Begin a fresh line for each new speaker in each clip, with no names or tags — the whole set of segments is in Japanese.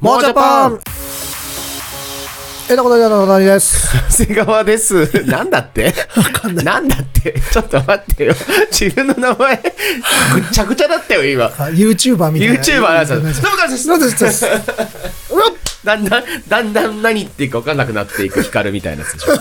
もうジャパン
えなことになのにです。
長谷川 です。なんだってなんだってちょっと待ってよ。自分の名前、ぐっちゃぐちゃだったよ、今。
あ、YouTuber みたいな。
YouTuber なんですよ。
です。
信川です
なんです
だんだん、だんだん何言っていいか分かんなくなっていく光みたいなやつでしょ。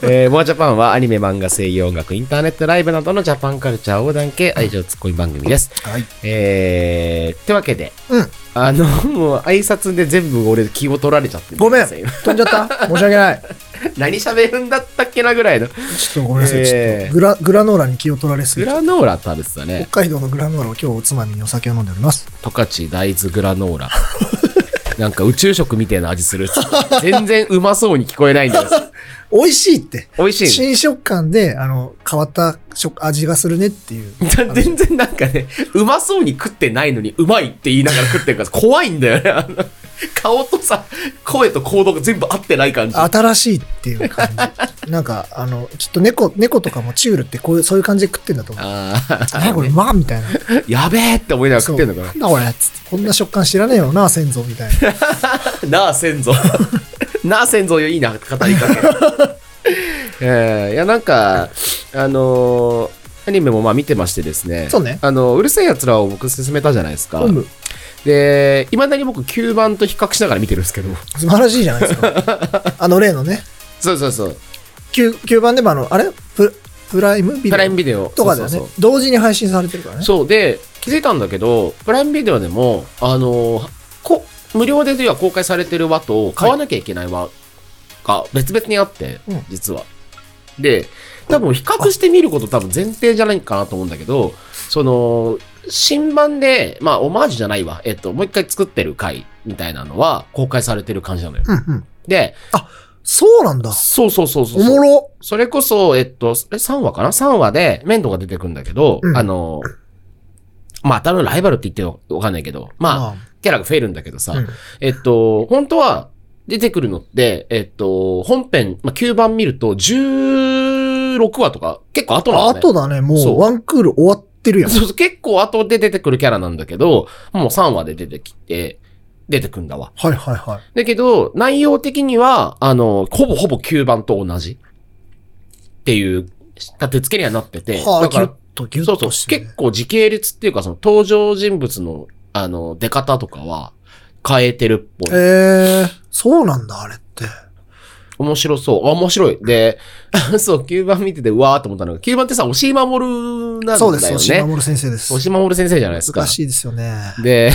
えー、モアジャパンはアニメ、漫画、声優、音楽、インターネット、ライブなどのジャパンカルチャー横断系愛情ツッコミ番組です。
はい。
えー、ってわけで、
うん。
あの、もう挨拶で全部俺気を取られちゃってる
ごめん。
すい
飛
ま
んじゃった申し訳ない。
せん何喋るんだったっけなぐらいの。
ちょっとごめんなさい。
えー
ちょっとグラグラノーラに気を取られすぎ
グ
て。
ラノーラ食べてたね。
北海道のグラノーラを今日おつまみにお酒を飲んでおります。
十勝大豆グラノー ラ。なんか宇宙食みたいな味する。全然うまそうに聞こえないんです。
美味しいって。
美味しい。
新食感で、あの、変わった食、味がするねっていう。
全然なんかね、うまそうに食ってないのにうまいって言いながら食ってるから怖いんだよね。あの顔とさ、声と行動が全部合ってない感じ。
新しいっていう感 じ。なんか、あの、きっと猫、猫とかもチュールってこういう、そういう感じで食ってんだと思う。
あ
あれこれ、うまっみたいな。
ーやべえって思いながら食
そう
ってんのかな
なんだこれっつってこんな食感知らねえよな、先祖みたいな。。
なあ、先祖。なあ、先祖よ、いいな、語 りかけ。えーいや、なんか、あのーアニメもまあ見てましてですね。
そうね
あの、うるせえ奴らを僕勧めたじゃないですか。
本部
で、いまだに僕9番と比較しながら見てるんですけど。
素晴らしいじゃないですか。 あの例のね、
そうそうそう。
9, 9番でもあの、あれププライムビデ オ
プライムビデオ。
とかだよね
そうそうそう
同時に配信されてるからね。
そうで気づいたんだけどプライムビデオでもあのーこ無料では公開されてる輪と買わなきゃいけない輪が別々にあって、
うん
実は。で多分比較して見ること多分前提じゃないかなと思うんだけどその新版でまあオマージュじゃないわえっともう一回作ってる回みたいなのは公開されてる感じなのよ。
うんうん。
で
そうなんだ。
そうそうそうそう
お
そう
もろ。
それこそ、えっと、え3話かな ?3 話で、メンドが出てくるんだけど、
うん
あの、まあ、多分ライバルって言ってるのわかんないけど、まあ、
あ
キャラが増えるんだけどさ、
うん
えっと、本当は、出てくるのって、えっと、本編、まあ、9番見ると、16話とか、結構後なんだね。
後だね、も
そう
うワンクール終わってるやん。
そうそう、結構後で出てくるキャラなんだけど、もう3話で出てきて、出てくんだわ。
はいはいはい。
だけど、内容的には、あの、ほぼほぼ9番と同じ。っていう、立て付けにはなってて。
はあ、
だ
ギ
か
ュッ
ら、
とギュ
そう
ッ
そう
とし、てるね、
結構時系列っていうか、その登場人物の、あの、出方とかは、変えてるっぽい。
えー、そうなんだ、あれって。
面白そう。あ、面白い。で、 そう、9番見てて、うわーと思ったのが、9番ってさ、押井守なんだよね。
そうです、押井守先生です。
押井守先生じゃないですか
難。しいですよね。
で、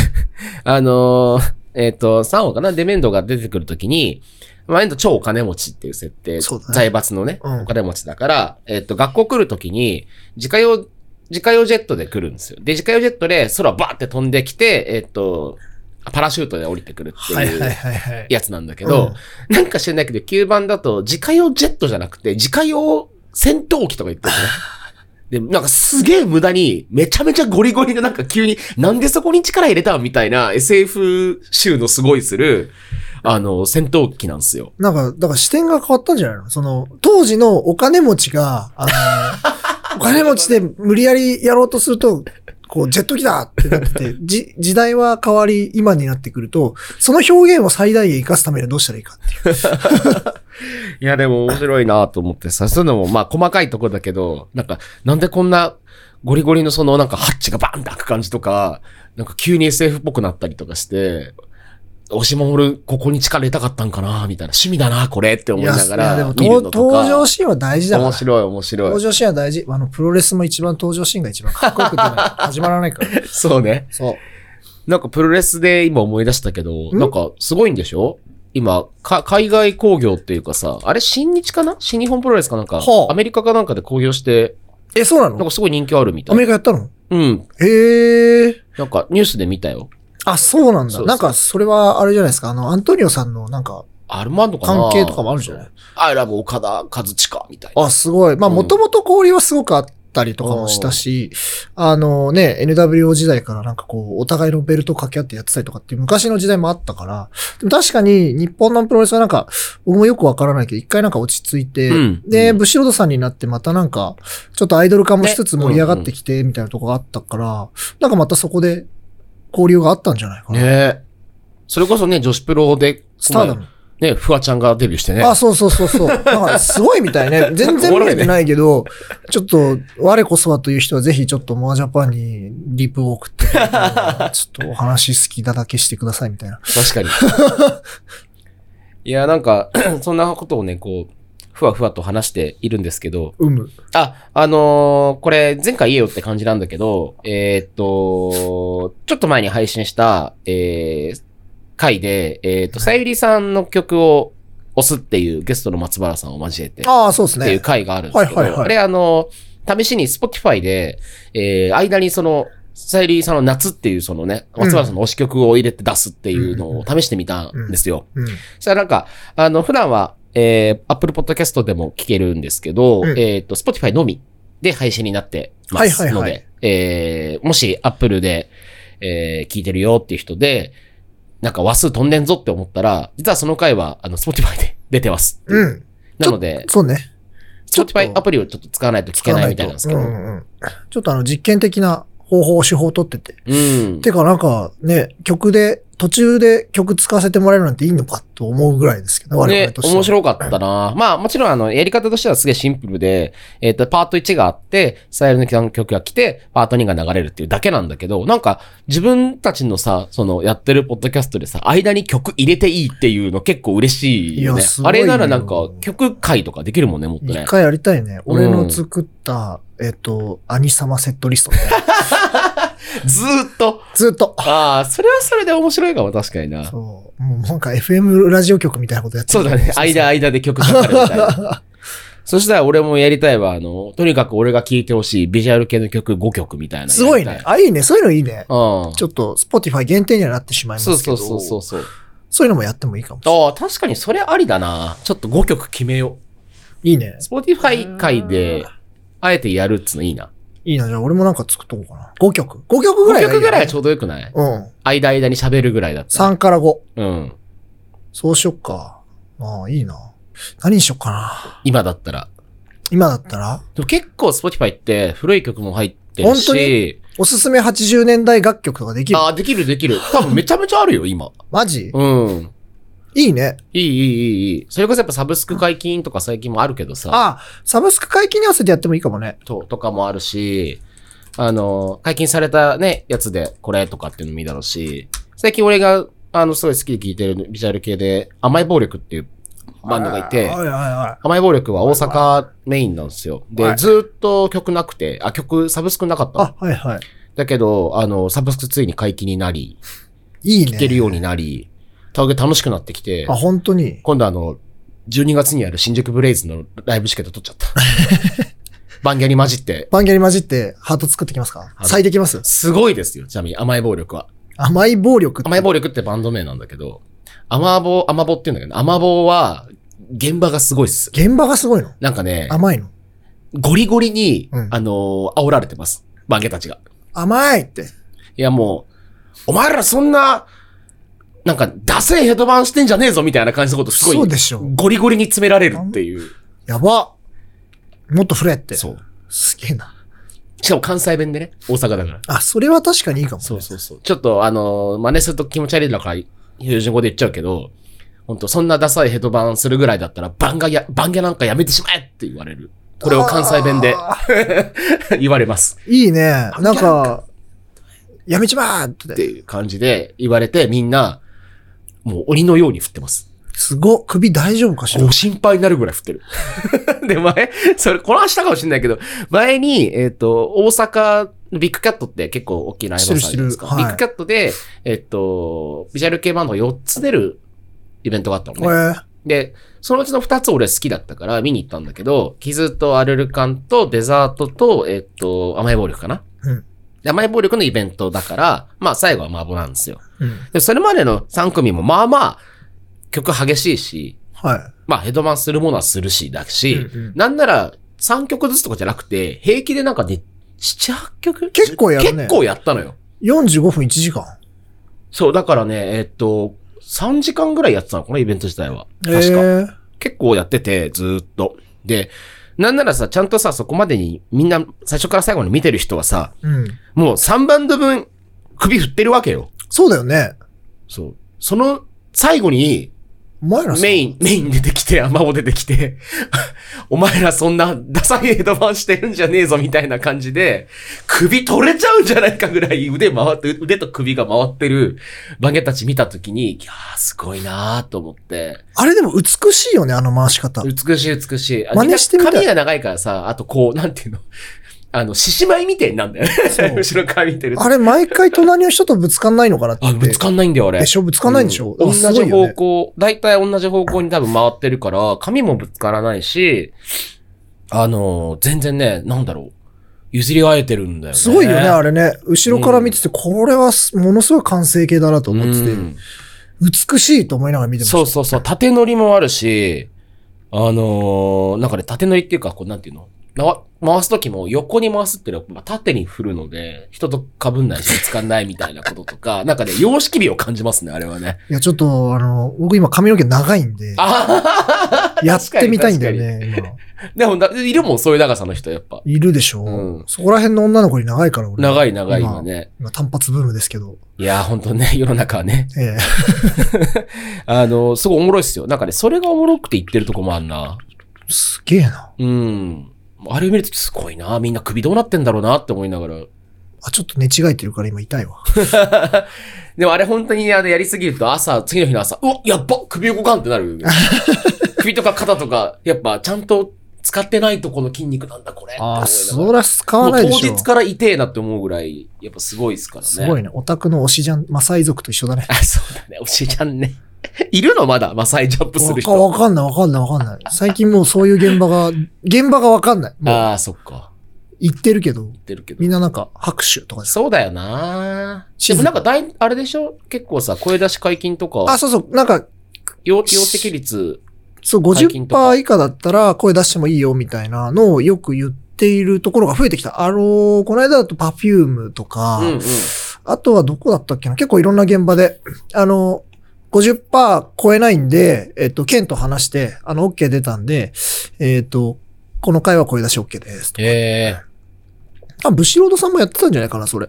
あのーえっ、と、3話かなデメンドが出てくるときに、まあ、メンド超お金持ちっていう設定。
そうだね
財閥のね、
うん
お金持ちだから、えっ、と、学校来るときに、自家用、自家用ジェットで来るんですよ。で、自家用ジェットで空バーって飛んできて、えっ、と、パラシュートで降りてくるって
はい
い
はいうはいはい。
やつなんだけど、なんか知らないけど、9番だと、自家用ジェットじゃなくて、自家用戦闘機とか言ってる ね。で、なんかすげえ無駄に、めちゃめちゃゴリゴリのなんか急に、なんでそこに力入れたみたいな SF 集のすごいする、あの、戦闘機なんですよ。
なんか、だから視点が変わったんじゃないのその、当時のお金持ちが、あ の、お金持ちで無理やりやろうとすると、こう、ジェット機だってなって て、じ、時代は変わり、今になってくると、その表現を最大限活かすためにはどうしたらいいかっていう。
いや、でも面白いなと思ってさ、そういうのもまあ細かいとこだけど、なんか、なんでこんなゴリゴリのそのなんかハッチがバーンって開く感じとか、なんか急に SF っぽくなったりとかして、押し守る、ここに力入れたかったんかなみたいな、趣味だなこれって思いなが
いや
ら
でも、
見るのとか。
登場シーンは大事だから。
面白い、面白
登
い。
場シーンは大事。あの、プロレスも一番登場シーンが一番かっこよくてないと始まらないから。
そうね。
そう。
なんかプロレスで今思い出したけど、
ん
なんかすごいんでしょ今か、海外興行っていうかさ、あれ新日かな新日本プロレスかなんか、
はあ
アメリカかなんかで興行して、
え、そうな
なん
の
かすごい人気あるみた
ア
い
メ。リカやったの
うん。
へえー。
なんかニュースで見たよ。
あ、そうな
そう
んだ。
そう
なんか、それは、あれじゃないですか。あの、アントニオさんの、なんか、
あれもあるのかな
関係とかもあるんじゃない
アイラブ岡田和親みたいな。
あ、すごい。まあ、
うん
もともと交流はすごくあったりとかもしたし、あのね、NWO 時代からなんかこう、お互いのベルトを掛け合ってやってたりとかっていう昔の時代もあったから、でも確かに日本のプロレスはなんか、僕もよくわからないけど、一回なんか落ち着いて、
うん
で、
うん
ブシロードさんになってまたなんか、ちょっとアイドル化もしつつ盛り上がってきて、みたいなとこがあったから、なんかまたそこで交流があったんじゃないかな。
ねえ。それこそね、女子プロで、
スターダム。
ね、フワちゃんがデビューしてね。
あ、そうそうそうそう。だからすごいみたい ね。全然見れてないけど、ちょっと、我こそはという人はぜひちょっとモアジャパンにリプを送 って、ちょっとお話好きだだけしてくださいみたいな。
確 かに。いや、なんか、 そんなことをね、こう、ふわふわと話しているんですけど、
うむ。
あ、あのーこれ前回言えよって感じなんだけど、えーっと、ちょっと前に配信した、えー、回で、えーっと、
はい
さゆりさんの曲を押すっていうゲストの松原さんを交えて、
ああ、そうです
っていう
ね。
回があるんですけど、
はいはいはい
あれあの、試しに Spotify で、えー、間にその、さゆりさんの夏っていうそのね、松原さんの推し曲を入れて出すっていうのを試してみたんですよ。
うん。
そしたらなんか、あの、普段は、えー、Apple Podcast でも聞けるんですけど、
うん
えっ、と、Spotify のみで配信になってます
はい
ので、
はいはい
えー、もし Apple で、えー、聞いてるよっていう人で、なんか話数飛んでんぞって思ったら、実はその回は、あの、Spotify で出てます。
うん。
なので、
そうね。ちょっと
Spotify アプリをちょっと使わないと聞けないみたいなんですけど、
う
うん。
んうん。ちょっとあの、実験的な方法、手法を取ってて。てかなんかね、曲で、途中で曲使わせてもらえるなんていいのかと思うぐらいですけど、我
ね
々としては。
面白かったな。まあ、もちろん、あの、やり方としてはすげえシンプルで、えっ、と、パート1があって、スタイルの曲が来て、パート2が流れるっていうだけなんだけど、なんか、自分たちのさ、その、やってるポッドキャストでさ、間に曲入れていいっていうの結構嬉しいよね。
いやすご
あ
いよ
れならなんか、曲回とかできるもんね、もっと
一
ね。
回やりたいね。
うん
俺の作った、えっと、アニサマセットリスト みたいな。
ずーっと。
ずっと。
ああ、それはそれで面白いかも、確かにな。
そう。もうなんか FM ラジオ局みたいなことやって
そうだね。間、間で曲かかるみたいな。 そしたら俺もやりたいわ、あの、とにかく俺が聴いてほしいビジュアル系の曲5曲みたいなのやりた。
すごいね。あ、いいね。そういうのいいね。
うん。
ちょっと、Spotify 限定にはなってしまいます
そ
け
う
ど。
そうそうそうそう。
そういうのもやってもいいかもしれない。
ああ、確かにそれありだな。ちょっと5曲決めよ
いいね
う。。Spotify 界で、あえてやるっつのいいな。
いいな。じゃあ俺もなんか作っとこうかな。5曲。5曲ぐら
5
い
曲
がいいよ
ぐらいはちょうどよくない
うん。
間間に喋るぐらいだったら。
3から5。
うん。
そうしよっか。ああ、いいな。何にしよっかな。
今だったら。
今だったら
でも結構 Spotify って古い曲も入ってる
本当
し、
おすすめ80年代楽曲とかできる
あ。あ、できるできる。多分めちゃめちゃあるよ、今。
マジ
うん。
いいね。
いいいいいいいい。それこそやっぱサブスク解禁とか最近もあるけどさ。
ああ、サブスク解禁に合わせてやってもいいかもね。
ととかもあるし、あの、解禁されたね、やつでこれとかっていうのもいいだろうし、最近俺が、あの、すごい好きで聴いてるビジュアル系で、甘い暴力っていうバンドがいて
は、いはいは
甘い暴力は大阪メインなんですよ。
は
で、
い
ずーっと曲なくて、あ、曲、サブスクなかっ
い。
たの。
あ、はいはい。
だけど、あの、サブスクついに解禁になり、
いいね。
聴けるようになり、た楽しくなってきて
あ、、本当に。
今度あの、12月にある新宿ブレイズのライブチケット取っちゃった。 バンギャに混じって、
バンギャに混じってハート作ってきますか
はい
咲いてきます
すごいですよ、ちなみに甘い暴力は。
甘い暴力って。
甘い暴力ってバンド名なんだけど、甘棒、甘棒って言うんだけど、甘棒は、現場がすごいっす。
現場がすごいの。
なんかね、
甘いの。
ゴリゴリに、
うん
あのー煽られてます。バンゲたちが。
甘いって。
いやもう、お前らそんな、なんか、ダセえヘッドバンしてんじゃねえぞみたいな感じのことすごい、
そうでしょ。
ゴリゴリに詰められるっていう。
やば。もっと振れって。
そう。
すげえな。
しかも関西弁でね、大阪だから。
あ、それは確かにいいかもね。
そうそうそう。ちょっとあのー、真似すると気持ち悪いだから、標準語で言っちゃうけど、本当そんなダサいヘッドバンするぐらいだったら、バンガや、バンギャなんかやめてしまえって言われる。これを関西弁で
あ
言われます。
ー。いいね。なんか、やめちまーっ
って
て。
いう感じで言われて、みんな、もう鬼のように振ってます。
すごっ。首大丈夫かしら
ご心配になるぐらい振ってる。 で、前、それ、この明日かもしれないけど、前に、えっ、と、大阪のビッグキャットって結構大きいライブハウスあるじゃないですか。
知ってる知ってるはい
ビッグキャットで、えっ、と、ビジュアル系バンドが4つ出るイベントがあったのね
こ。れ。
で、そのうちの2つ俺好きだったから見に行ったんだけど、傷とアルルカンとデザートと、えっと、甘い暴力かな。
うん
で甘い暴力のイベントだから、まあ最後はマボなんですよ。
うん。
で、それまでの3組もまあまあ、曲激しいし、
は
まあヘッドマンするものはするし、だ
い。
し、
うんうん
なんなら3曲ずつとかじゃなくて、平気でなんかね、7、8曲
結構やるね
結構やったのよ。
45分1時間。
そう、だからね、えっと、3時間ぐらいやってたの、このイベント自体は。確か。
え
結構やってて、ずーっと。で、なんならさ、ちゃんとさ、そこまでにみんな最初から最後に見てる人はさ、
ーうん。
もう3バンド分首振ってるわけよ。
そうだよね。
そう。その最後に、
お前らさ、
メイン、メイン出てきて、アマオ出てきて、 お前らそんなダサいヘッドバンしてるんじゃねえぞみたいな感じで、首取れちゃうんじゃないかぐらい腕回って、腕と首が回ってるバゲたち見たときに、いやーすごいなーと思って。
あれでも美しいよね、あの回し方。
美しい美しい。あ
真似してみたい
髪が長いからさ、あとこう、なんていうの あの、獅子舞みたいになんだよね。
そう
後ろから見てると。
あれ毎回隣の人とぶつかんないのかなって。
あ、ぶつかんないんだよ、あれ。
でしょぶつかんないんでしょ、
うん
あす
同
ご
じ
いよ
方
ね。
向、大体同じ方向に多分回ってるから、髪もぶつからないし、あのー、全然ね、なんだろう。譲り合えてるんだよね。
すごいよね、あれね。後ろから見てて、これはすものすごい完成形だなと思って
う
て、
ん
美しいと思いながら見てました。
そうそうそう、縦乗りもあるし、あのー、なんかね、縦乗りっていうか、こう、なんていうのな回すときも横に回すっていうのは、まあ縦に振るので、人と被んないし、ぶつかんないみたいなこととか、 なんかね、様式美を感じますね、あれはね。
いや、ちょっと、あの、僕今髪の毛長いんで、
あ
やってみたいんだよね、今。
でもな、いるもん、そういう長さの人、やっぱ。
いるでしょ、
うん
そこら辺の女の子に長いから、俺。い。
長い長い今ね。
今、単発ブームですけど。
いやー、ほんとね、世の中はね。
ええ
あのー、すごいおもろいっすよ。なんかね、それがおもろくて言ってるとこもあんな。
すげえな。
うん。あれ見るとすごいな。みんな首どうなってんだろうなって思いながら。
あ、ちょっと寝違えてるから今痛いわ。
でもあれ本当にあのやりすぎると朝、次の日の朝、うわ、やっば首動かんってな る。首とか肩とか、やっぱちゃんと使ってないとこの筋肉なんだこれ。
あ、
って思いなが
そら使わ
ら
ないで
もう
し
当
ょ
日。から痛えなって思うぐらい、やっぱすごいですからね。
すごいね。オタクの推しじゃん、マサイ族と一緒だね。
あ、そうだね。おしちゃんね。いるのまだ、マサイジャンプする
わか
人。
わかんないわかんないわかんない。最近もうそういう現場が、現場がわかんない。もう
ああ、そっか。
言ってるけど、
言ってるけど
み。んななんか拍手とかです。
そうだよな
静
で
か
もなんか大、あれでしょ結構さ、声出し解禁と
あ、
か、
そうそう。なんか、
要要適率。
そう、
解禁とか
50%以下だったら声出してもいいよみたいなのをよく言っているところが増えてきた。あのーこの間だと Perfume とか、
うんうん。
あとはどこだったっけな結構いろんな現場で、あの、50%超えないんで、えっと、県と話して、あの、OK 出たんで、えっと、この回は声出し OK ですと。
ええ
あ、ブシロードさんもやってたんじゃないかな、それ。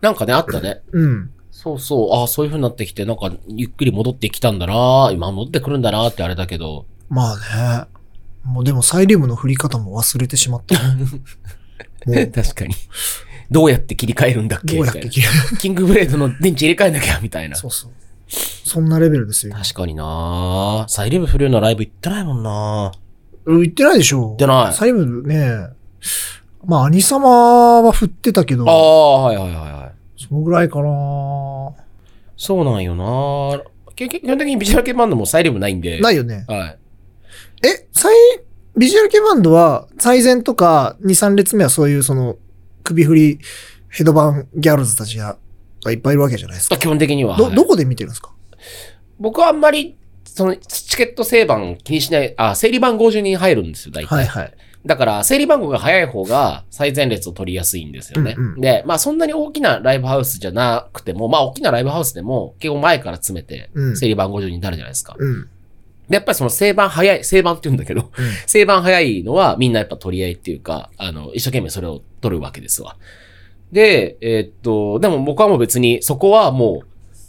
なんかね、あったね。
うん。
そうそう。ああ、そういう風になってきて、なんか、ゆっくり戻ってきたんだな今戻ってくるんだなってあれだけど。
まあね。もうでもサイリウムの振り方も忘れてしまった。もう、
確かに。 どうやって切り替えるんだっけ
どう
み
やったけ
いな。キングブレードの電池入れ替えなきゃみたいな。
そうそう。そんなレベルですよ。
確かになサイリウムフルーのライブ行ってないもんな
言ってないでしょ
行ってない。あ
サイリウムね、まあ、兄様は振ってたけど
あ、ー、はいはいはいはい。
そのぐらいかな。
そうなんよなけけ基本的にビジュアル系バンドもサイリウムないんで。
ないよね。
はい。
え、サイ、ビジュアル系バンドは、最前とか2、3列目はそういうその、首振り、ヘドバンギャルズたちががいっぱいいるわけじゃないですか。
基本的には。
ど、
はい
どこで見てるんですか
僕はあんまり、その、チケット制番気にしない、あ、整理番50人入るんですよ、大体。
はいはい。
だから、整理番号が早い方が最前列を取りやすいんですよね。
うんうん
で、まあそんなに大きなライブハウスじゃなくても、まあ大きなライブハウスでも結構前から詰めて
う、ん
整理番50人になるじゃないですか。
うん。
で、やっぱりその正番早い、正番って言うんだけど、
うん
正番早いのはみんなやっぱ取り合いっていうか、あの、一生懸命それを取るわけですわ。で、えーっと、でも僕はもう別にそこはもう、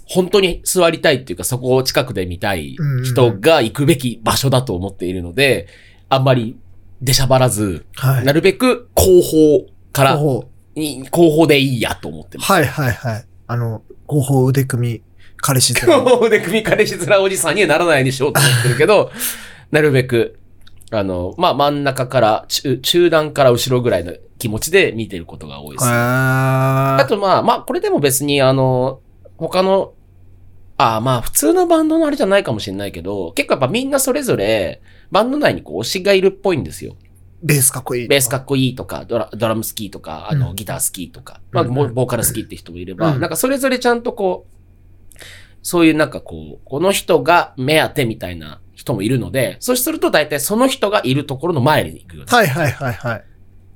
本当に座りたいっていうか、そこを近くで見たい人が行くべき場所だと思っているので、あんまり出しゃばらず、
はい。
なるべく後方から、
後方
に後方でいいやと思ってます。
はいはいはい。あの、後方腕組み、彼氏と
後方で組み彼氏面おじさんにはならないでしょうと思ってるけ ど、なるべく、あの、まあ、真ん中から、中、中段から後ろぐらいの気持ちで見てることが多いです。
あ
あとまあ、まあ、これでも別にあの、他の、ああまあ、普通のバンドのあれじゃないかもしれないけど、結構やっぱみんなそれぞれ、バンド内にこう推しがいるっぽいんですよ。
ベースかっこいい。
ベースかっこいいとか、ドラドラム好きとか、あ
う
の、
ん
ギター好きとか、
うん
まあ、ボボーカル好きって人もいれば、
うん
なんかそれぞれちゃんとこう、そういうなんかこう、この人が目当てみたいな人もいるので、そうすると大体その人がいるところの前に行くよね。
はいはいはいはい。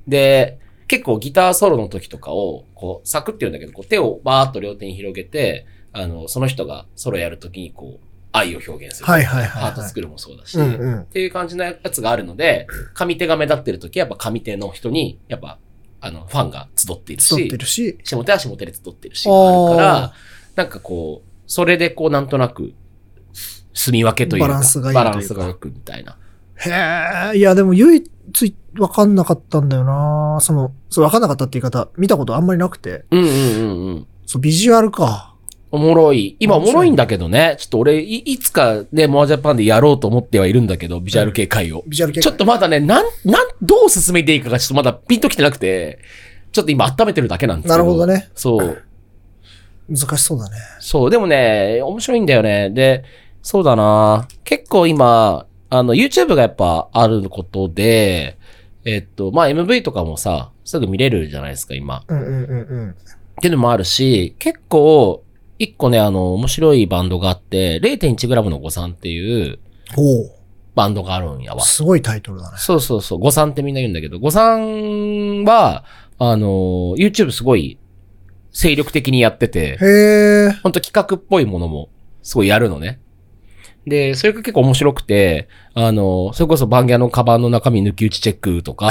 で、結構ギターソロの時とかを、こう、サクって言うんだけど、こう手をバーっと両手に広げて、あの、その人がソロやるときにこう、愛を表現する。
はいはいはい
ハ
はい。
ート作るもそうだし、
うんうん
っ。ていう感じのやつがあるので、上手が目立ってるとき、やっぱ上手の人に、やっぱ、あの、ファンが集っている
集って
し、
るし。
下手は下手で集ってるし、あるから、なんかこう、それでこう、なんとなく、住み分けというか、
バランスがいいというか
バランスが良くみたいな。
へえ、いや、でも唯一わかんなかったんだよなその、そう、わかんなかったって言い方、見たことあんまりなくて。
うんうんうんうん。
そう、ビジュアルか。
おもろい。今おもろいんだけどね。ちょっと俺、いいつかね、モアジャパンでやろうと思ってはいるんだけど、ビジュアル系会を。
ビジュアル系。
ちょっとまだね、なん、なん、どう進めていいかがちょっとまだピンときてなくて、ちょっと今温めてるだけなんですけ
な
ど。
るほど
ね。
ね。
そう。
難しそうだね。
そう。でもね、面白いんだよね。で、そうだな結構今、あの、YouTube がやっぱあることで、えっと、まあ、MV とかもさ、すぐ見れるじゃないですか、今。
うんうんうん
っていうのもあるし、結構、一個ね、あの、面白いバンドがあって、0.1g の誤算っていう
うん。
バンドがあるんや
お
わ
お、。すごいタイトルだね。
そうそうそう、誤算ってみんな言うんだけど、誤算は、あの、YouTube すごい精力的にやってて、
へえ。
ほんと企画っぽいものもすごいやるのね。で、それが結構面白くて、あの、それこそバンギャのカバンの中身抜き打ちチェックと か、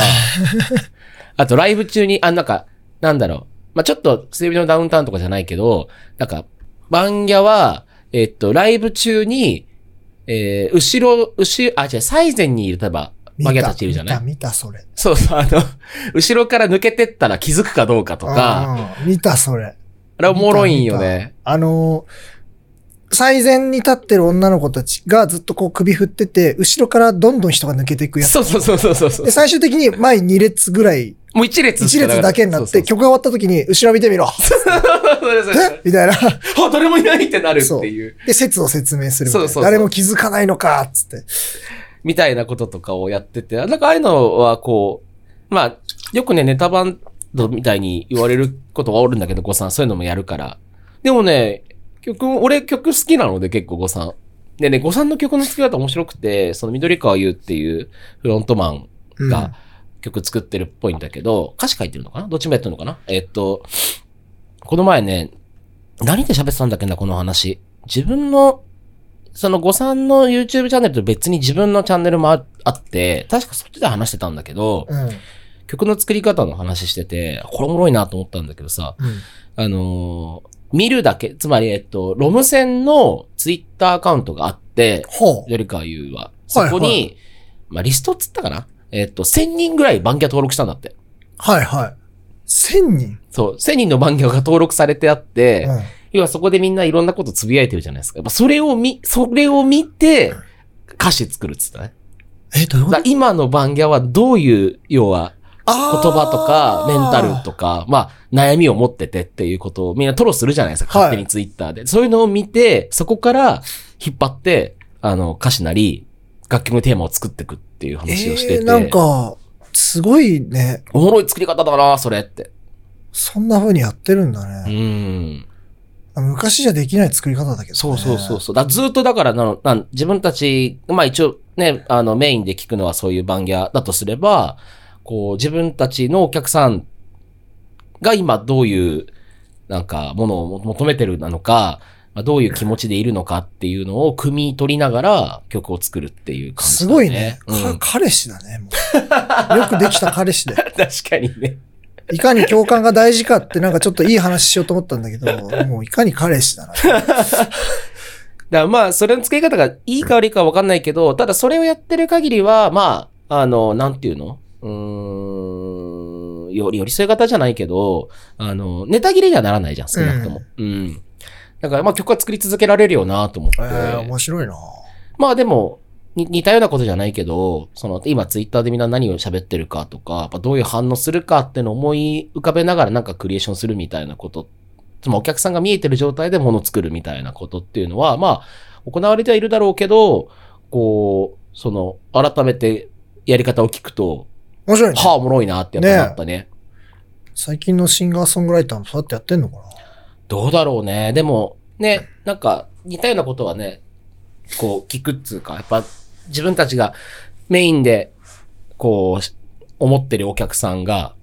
あとライブ中に、あ、なんか、なんだろう。まあ、ちょっと、ステージのダウンタウンとかじゃないけど、なんか、バンギャは、えっと、ライブ中に、えー、後ろ、後ろ、あ、違う、最前にいる、例えば、バンギャたちいるじゃない
見た、見た、それ。
そうそう、あの、 後ろから抜けてったら気づくかどうかとか、
うんうん見た、それ。
あれおもろいんよね。
あのー最前に立ってる女の子たちがずっとこう首振ってて、後ろからどんどん人が抜けていくやつ。
そうそうそうそうそうそう
で、。最終的に前2列ぐらい、
もう一列し
1
かなか
列
った
だけになっ
そう
て、
そう
曲が終わった時に、後ろ見てみろ
そうそうそう
えみたい な。
あ、誰もいないってなるっていう。
で、説を説明するみたいな
そうそうそう
誰も気づかないのかっつって。
みたいなこととかをやってて、なんかああいうのはこう、まあ、よくね、ネタバンドみたいに言われることがおるんだけど、ごさん、そういうのもやるから。でもね、曲、俺曲好きなので結構ごさん。でね、ごさんの曲の作り方面白くて、その緑川優っていうフロントマン
うん
が曲作ってるっぽいんだけど、歌詞書いてるのかなどっちもやってるのかなえっと、この前ね、何で喋ってたんだっけな、この話。自分の、その誤算の YouTube チャンネルと別に自分のチャンネルもああって、確かそっちで話してたんだけど、
うん。うん。
曲の作り方の話してて、これおもろいなと思ったんだけどさ、あのー見るだけ、つまり、えっと、ロム線の Twitter アカウントがあって、
ほう。
よりかゆうは。そこに、
はいは
まあ、リストっつったかなえっと、1000人ぐらいバンキャ登録したんだって。
はいはい。1000人。
そう、1000人のバンキャが登録されてあって、
うん。
要はそこでみんないろんなことつぶやいてるじゃないですか。やっぱそれを見、それを見て、歌詞作るっつったね。
え、どうい
だ
うこ
から
と
今のバンギャはどういう、要は、言葉とか、メンタルと
か。
か、まあ、悩みを持っててっていうことをみんな吐露するじゃないですか。
はい
勝手にツイッターで。そういうのを見て、そこから引っ張って、あの、歌詞なり、楽曲のテーマを作っていくっていう話をしてて。
えー、なんか、すごいね。
おもろい作り方だな、それって。
そんな風にやってるんだ
う
ね。
ん。
昔じゃできない作り方だけど、ね。
そうそうそうそう。だずっとだからなのなん、自分たち、まあ一応ね、あのメインで聞くのはそういう番ギャだとすれば、こう自分たちのお客さんが今どういうなんかものを求めてるなのか、まあどういう気持ちでいるのかっていうのを汲み取りながら曲を作るっていう感じ
す
だ、ね。
ごいね。
うん、
か
確
彼氏だね、もう。よくできた彼 氏で。
かにね。
いかに共感が大事かって、なんかちょっといい話しようと思ったんだ けど、もういかに彼氏だな。
だからまあ、それの付け方がいいか悪いかわかんないけど、ただそれをやってる限りは、まあ、あの、なんていうのうーん、より寄り添い方じゃないけど、あの、ネタ切れにはならないじゃん、少なくとも。うん。だからまあ曲は作り続けられるよなと思って。
えー、面白いな。
まあでも、に似たようなことじゃないけど、その、今ツイッターでみんな何を喋ってるかとか、やっぱどういう反応するかっていうのを思い浮かべながらなんかクリエーションするみたいなこと、つまりお客さんが見えてる状態で物を作るみたいなことっていうのは、まあ、行われてはいるだろうけど、こう、その、改めてやり方を聞くと、
面白いね。
はあ、おもろいなってやっぱなったね
最近のシンガーソングライターもそうやってやってんのかな
どうだろうね。でも、ね、なんか、似たようなことはね、こう、聞くっつうか、やっぱ、自分たちがメインで、こう、思ってるお客さんが、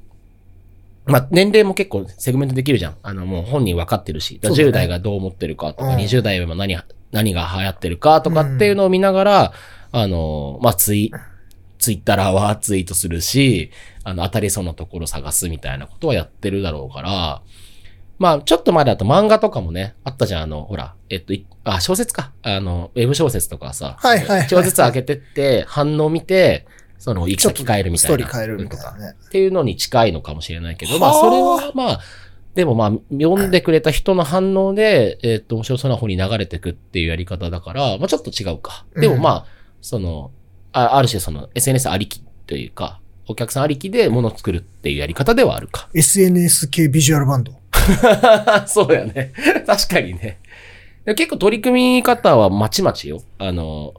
まあ、年齢も結構セグメントできるじゃん。あの、もう本人分かってるし、
そうだね
10代がどう思ってるかとか、
うん
20代は何、何が流行ってるかとかっていうのを見ながら、あの、まあ、ツイ、ツイッターはツイートするし、あの、当たりそうなところ探すみたいなことはやってるだろうから、まあ、ちょっと前だと漫画とかもね、あったじゃん、あの、ほら、えっと、いあ、小説か。あの、ウェブ小説とかさ、
はいはいはいはい
小説上げてって、反応見て、その、行き先変えるみたいな。
ストーリー変えるみた
と
いな
か
ね。
っていうのに近いのかもしれないけど、
はあ
まあ、それは、まあ、でもまあ、読んでくれた人の反応で、えっと、面白そうな方に流れてくっていうやり方だから、まあ、ちょっと違うか。でも
うん
まあ、その、あある種その、SNS ありきというか、お客さんありきで物を作るっていうやり方ではあるか。
SNS 系ビジュアルバンド。
そうやね。確かにね。で結構取り組み方はまちまちよ。あの、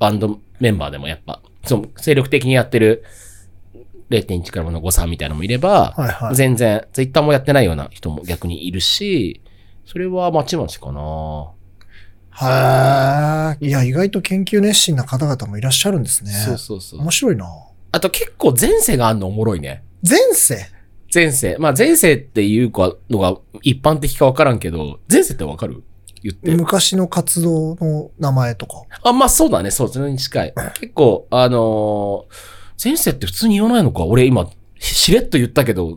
バンドメンバーでもやっぱ、その精力的にやってる0.1からの誤算みたいなのもいれば、
はいはい。
全然、ツイッターもやってないような人も逆にいるし、それはまちまちかな。
はい。いや、意外と研究熱心な方々もいらっしゃるんですね。
そうそうそう。
面白いな。
あと結構前世があるのおもろいね。
前世
前世。まあ前世っていうかのが一般的かわからんけど、前世ってわかる言って。
昔の活動の名前とか。
あ、まあそうだね。そう、それに近 い。結構、あのー前世って普通に言わないのか俺今、ししれっと言ったけど、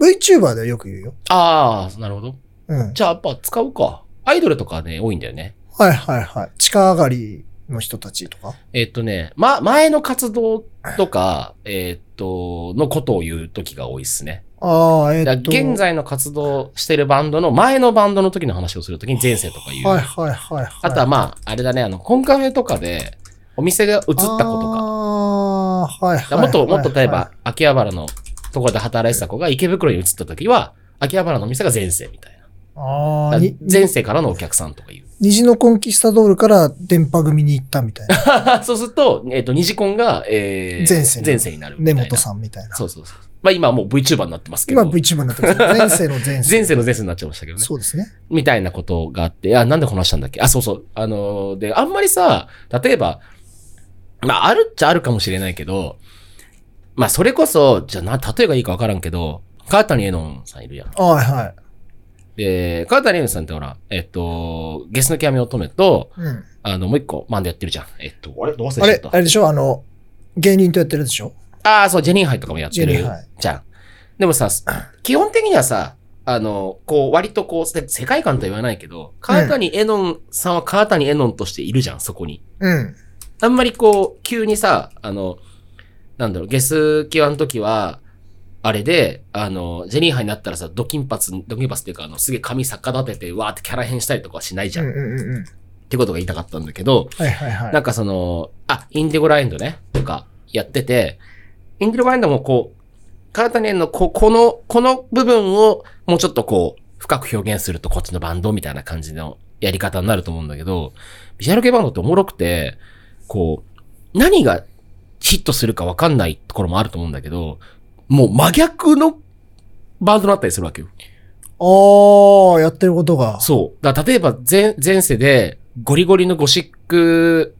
VTuber ではよく言うよ。
ああ、なるほど。
うん。
じゃあやっぱ使うか。アイドルとかね、多いんだよね。
はいはいはい。地下上がりの人たちとか。
えっとね、ま、前の活動とか、えっと、のことを言う時が多いですね。
ああ、え
だ
ー
から
っと。
現在の活動してるバンドの前のバンドの時の話をするときに前世とか言う。
はいはいはい、はい。
あとはまあ、あれだね、あの、コンカフェとかで、お店が移ったことか。
ああー、はいはいはい、
もっと、もっと例えば、秋葉原のところで働いてた子が池袋に移った時は、秋葉原のお店が前世みたいな。
ああ、
だから
に
前世からのお客さんと か言う。
虹のコンキスタドールから電波組に行ったみたいな。
そうすると、えっ、と、ニジコンが、えー
前世に
前世にな るみた
根
いな。
本さんみたいな。
そうそうそう。まあ今はもう VTuber になってますけど。
今 VTuber になっ てますけど。前世の前世。
前世の前世になっちゃいましたけどね。
そうですね。
みたいなことがあって、あ、なんでこの話したんだっけあ、そうそう。あのーで、あんまりさ、例えば、まあ、あるっちゃあるかもしれないけど、まあ、それこそ、じゃあな、例えがいいかわからんけど、川谷絵音さんいるやん。
はいはい。
で、川谷絵音さんってほら、えっと、ゲスの極み乙女と、
うん、
あの、もう一個、バンドやってるじゃん。えっと、あれどうせ
あれ、
た
あれでしょあの、芸人とやってるでしょ
ああ、そう、ジェニーハイとかもやって
ジェ
る
ニーハイ
じゃん。でもさ、基本的にはさ、あの、こう、割とこう、せ世界観とは言わないけど、川谷絵音さんは川谷絵音としているじゃん、そこに。
うん。
あんまりこう、急にさ、あの、なんだろう、ゲス際の時は、あれで、あの、ジェニーハイになったらさ、ドキンパツ、ドキンパツっていうか、あの、すげえ髪逆立てて、わーってキャラ変したりとかはしないじ
う
ゃ
ん
ん。
う
っ
んうんうん。
てことが言いたかったんだけど、
はいはいはい。
なんかその、あ、インディゴラインドね、とかやってて、インディゴラインドもこう、カータネンのここの、この部分をもうちょっとこう、深く表現するとこっちのバンドみたいな感じのやり方になると思うんだけど、ビジュアル系バンドっておもろくて、こう、何がヒットするかわかんないところもあると思うんだけど、もう真逆のバンドだったりするわけよ。
ああ、やってることが。
そう。だから例えば前、前世で、ゴリゴリのゴシック、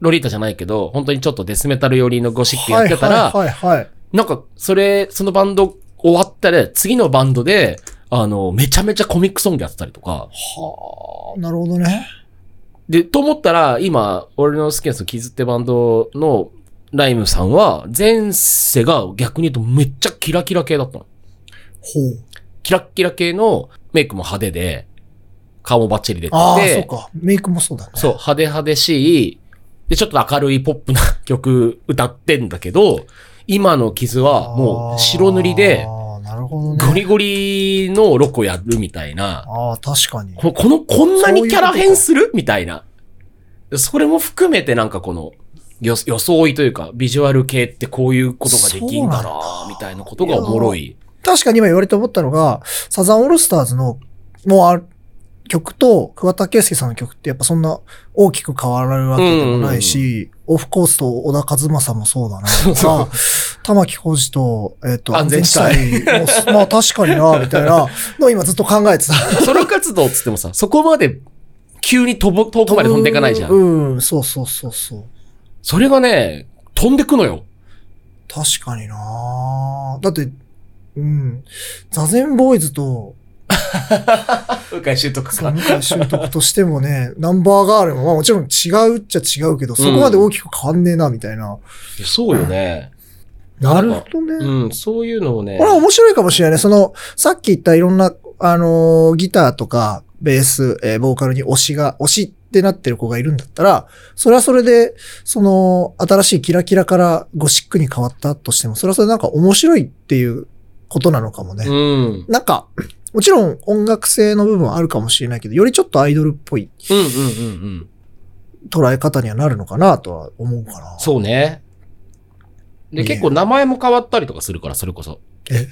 ロリータじゃないけど、本当にちょっとデスメタル寄りのゴシックやってたら、
はいはいはいはい。
なんか、それ、そのバンド終わったら、次のバンドで、あの、めちゃめちゃコミックソングやってたりとか、
はあ、なるほどね。
で、と思ったら、今、俺の好きなそのキズってバンドのライムさんは、前世が逆に言うとめっちゃキラキラ系だったの。
ほう。
キラッキラ系のメイクも派手で、顔もバッチリ出てて、
ああ、そうか。メイクもそうだね。
そう、派手派手しい、で、ちょっと明るいポップな曲歌ってんだけど、今の傷はもう白塗りで、
ああ、なるほどね。
ゴリゴリのロコやるみたいな、
ああ、確かに。
ここの、こんなにキャラ変するみたいな。それも含めてなんかこの、よ装いというか、ビジュアル系ってこういうことができんだ
そう
なみたいなことがおもろい。
確かに今言われて思ったのが、サザンオールスターズの、もうある曲と、桑田佳祐さんの曲ってやっぱそんな大きく変わるわけでもないし、オフコースと小田和正もそうだな、とか、玉置浩二と、えっ、と、
安全地帯
安全地帯もすまあ確かにな、みたいなのを今ずっと考えてた。
ソロ活動っつってもさ、そこまで急に飛ぼ遠くまで飛んでいかないじゃん。
うん、うんそうそうそうそう。
それがね、飛んでくのよ。
確かになだって、うん、座禅ボーイズと、
外周とか
そう、向井秀徳としても ね、ナンバーガールも、まあもちろん違うっちゃ違うけど、そこまで大きく変わんねえな、みたいな。
そうよね。
なるほどね。
うん、そういうのをね
これ、は面白いかもしれないね。その、さっき言ったいろんな、あのーギターとか、ベース、えーボーカルに推しが、推しってなってる子がいるんだったら、それはそれで、その、新しいキラキラからゴシックに変わったとしても、それはそれでなんか面白いっていうことなのかもね。
うん、うん、
なんか、もちろん音楽性の部分はあるかもしれないけど、よりちょっとアイドルっぽい
うん、うん、うん。
捉え方にはなるのかなとは思うかな。
そうね。で、
ね
結構名前も変わったりとかするから、それこそ。
え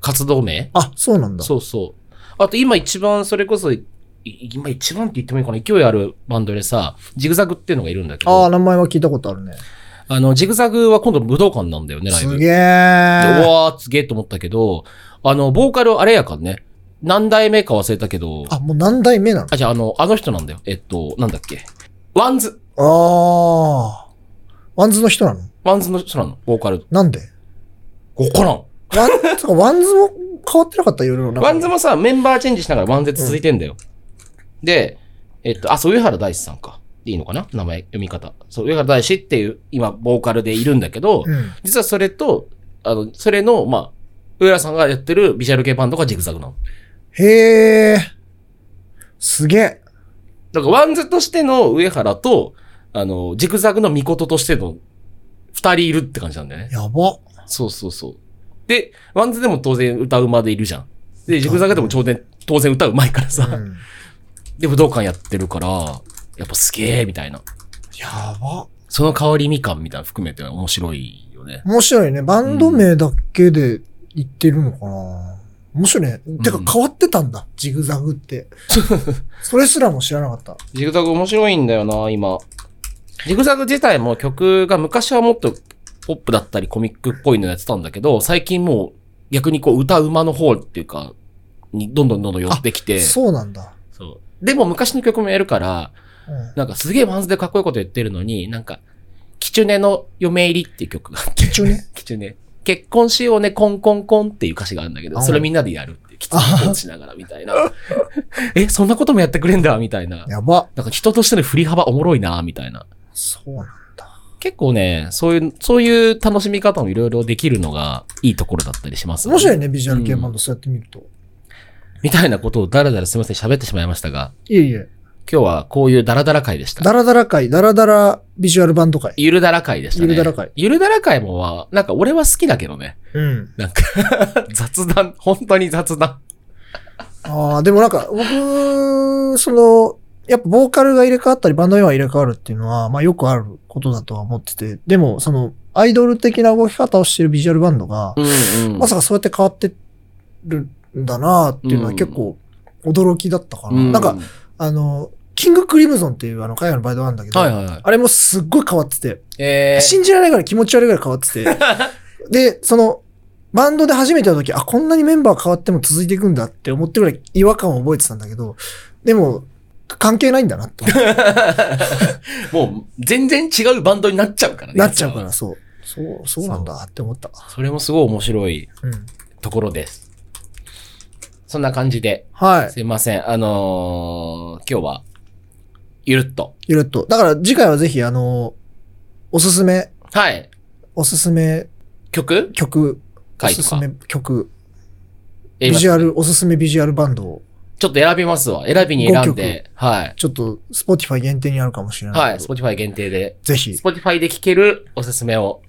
活動名
あ、そうなんだ。
そうそう。あと今一番、それこそ、い今一番って言ってもいいかな、勢いあるバンドでさ、ジグザグっていうのがいるんだけ
ああ、
ど、あ
名前は聞いたことあるね。
の、ジグザグは今度武道館なんだよね、ライブ。
す
で
げ
う
え。
わー、すげえと思ったけど、あの、ボーカルあれやからね、何代目か忘れたけど、
あ、もう何代目なの
あ、じゃあ、あの、あの人なんだよ。えっと、なんだっけ。ワンズ。
ああ。ワンズの人なの
ワンズの人なの、ボーカル。
なんで
わからん。
ワン、 つうかワンズも変わってなかったいろいろなんか
ワンズもさ、メンバーチェンジしながらワンゼ続いてんだよ。で、えっと、あ、そう、上原大志さんか。でいいのかな名前、読み方。そう、上原大志っていう、今、ボーカルでいるんだけど、
うん。
実はそれと、あの、それの、まあ、上原さんがやってるビジュアル系バンドがジグザグなの。
へえ。すげえ。
だから、ワンズとしての上原と、あの、ジグザグのミコトとしての、二人いるって感じなんだよね。
やば。
そうそうそう。で、ワンズでも当然歌うまでいるじゃん。で、ジグザグでも当然、当然歌うまいからさ。
うん、
で、武道館やってるから、やっぱすげえみたいな。
やば。
その香りみかんみたいなの含めて面白いよね。
面白いね。バンド名だけで言ってるのかな、面白いね。てか
うん
変わってたんだ。ジグザ グって。それすらも知らなかった。
ジグザグ面白いんだよな、今。ジグザグ自体も曲が昔はもっとポップだったりコミックっぽいのやってたんだけど、最近もう逆にこう歌うまの方っていうか、にどんどんどんどん寄ってきて。
そうなんだ。
そうでも昔の曲もやるから、
うん
なんかすげえマンズでかっこいいこと言ってるのに、なんか、キチュネの嫁入りっていう曲があって。
一応ね。
きつね。結婚しようね、コンコンコンっていう歌詞があるんだけど、
はい
それみんなでやるっていう、きつねしながらみたいな。 え、そんなこともやってくれんだ、みたいな。
やば。
なんか人としての振り幅おもろいな、みたいな。
そうなんだ。
結構ね、そういう、そういう楽しみ方もいろいろできるのがいいところだったりします、
面白い
ね。
ね、ビジュアル系バンド、そうやってみると。
みたいなことをだらだらすみません、喋ってしまいましたが、
いえいえ。
今日はこういうダラダラ会でした。
ダラダラ会、ダラダラビジュアルバンド会。
ゆるだら会でしたね。
ゆるだら会。
ゆるだら会もは、なんか俺は好きだけど ね。
うん。
なんか、雑談、本当に雑談。
ああ、でもなんか、僕、その、やっぱボーカルが入れ替わったり、バンドメンバーが入れ替わるっていうのは、まあよくあることだとは思ってて、でも、その、アイドル的な動き方をしてるビジュアルバンドが、
うんうん
まさかそうやって変わってるんだなっていうのは
うん
結構驚きだったかな。
う
なんか、、あの、キングクリムゾンっていうあの海外のバンドなんだけど、
はいはいはい。
あれもすっごい変わってて、
えー、
信じられないぐらい気持ち悪いぐらい変わっ てて。で、その、バンドで初めての時、あ、こんなにメンバー変わっても続いていくんだって思ってるぐらい違和感を覚えてたんだけど、でも、関係ないんだなって思って
もう全然違うバンドになっちゃうからね。
なっちゃうか
や
ら、
つ
そう。そう、そうなんだって思った。
は。それもすごい面白い
うん。
ところです。そんな感じで、
はい。
すいません。あのー、今日は、ゆるっと。
ゆるっと。だから次回はぜひ、あの、おすすめ、
はい。
おすすめ
曲
曲、お
回
す
と
す
か。
め曲、
やり
ビ
ます
ジュアル、おすすめビジュアルバンドを、
ちょっと選びますわ。選びに選んで。はい。
ちょっと、スポティファイ限定にあるかもしれない。
はい。Spotify 限定で。
ぜひ、
Spotify で聴けるおすすめを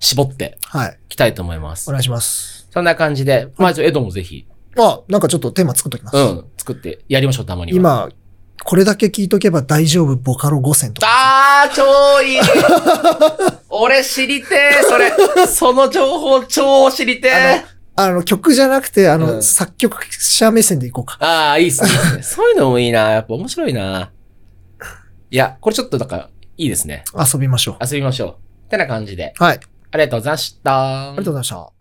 絞って
はい。
いきたいと思いま
お
す。
願いします。
そんな感じで、まあ、ちょエドもぜひ、
あ、なんかちょっとテーマ作っときます。
うん、作ってやりましょう、たまには。
今、これだけ聞いとけば大丈夫、ボカロ5選とか。
あー、超いい俺知りてえ、そ れ。その情報超知りてえ。
あの、曲じゃなくて、あの、
うん
作曲者目線でいこうか。
あー、いいっすねいいっす ね。そういうのもいいな。やっぱ面白いな。いや、これちょっとなんか、いいですね。
遊びましょ
遊びましょう。ってな感じで。
う。はい。あり
ありがとうございました。ありが
がとうございました。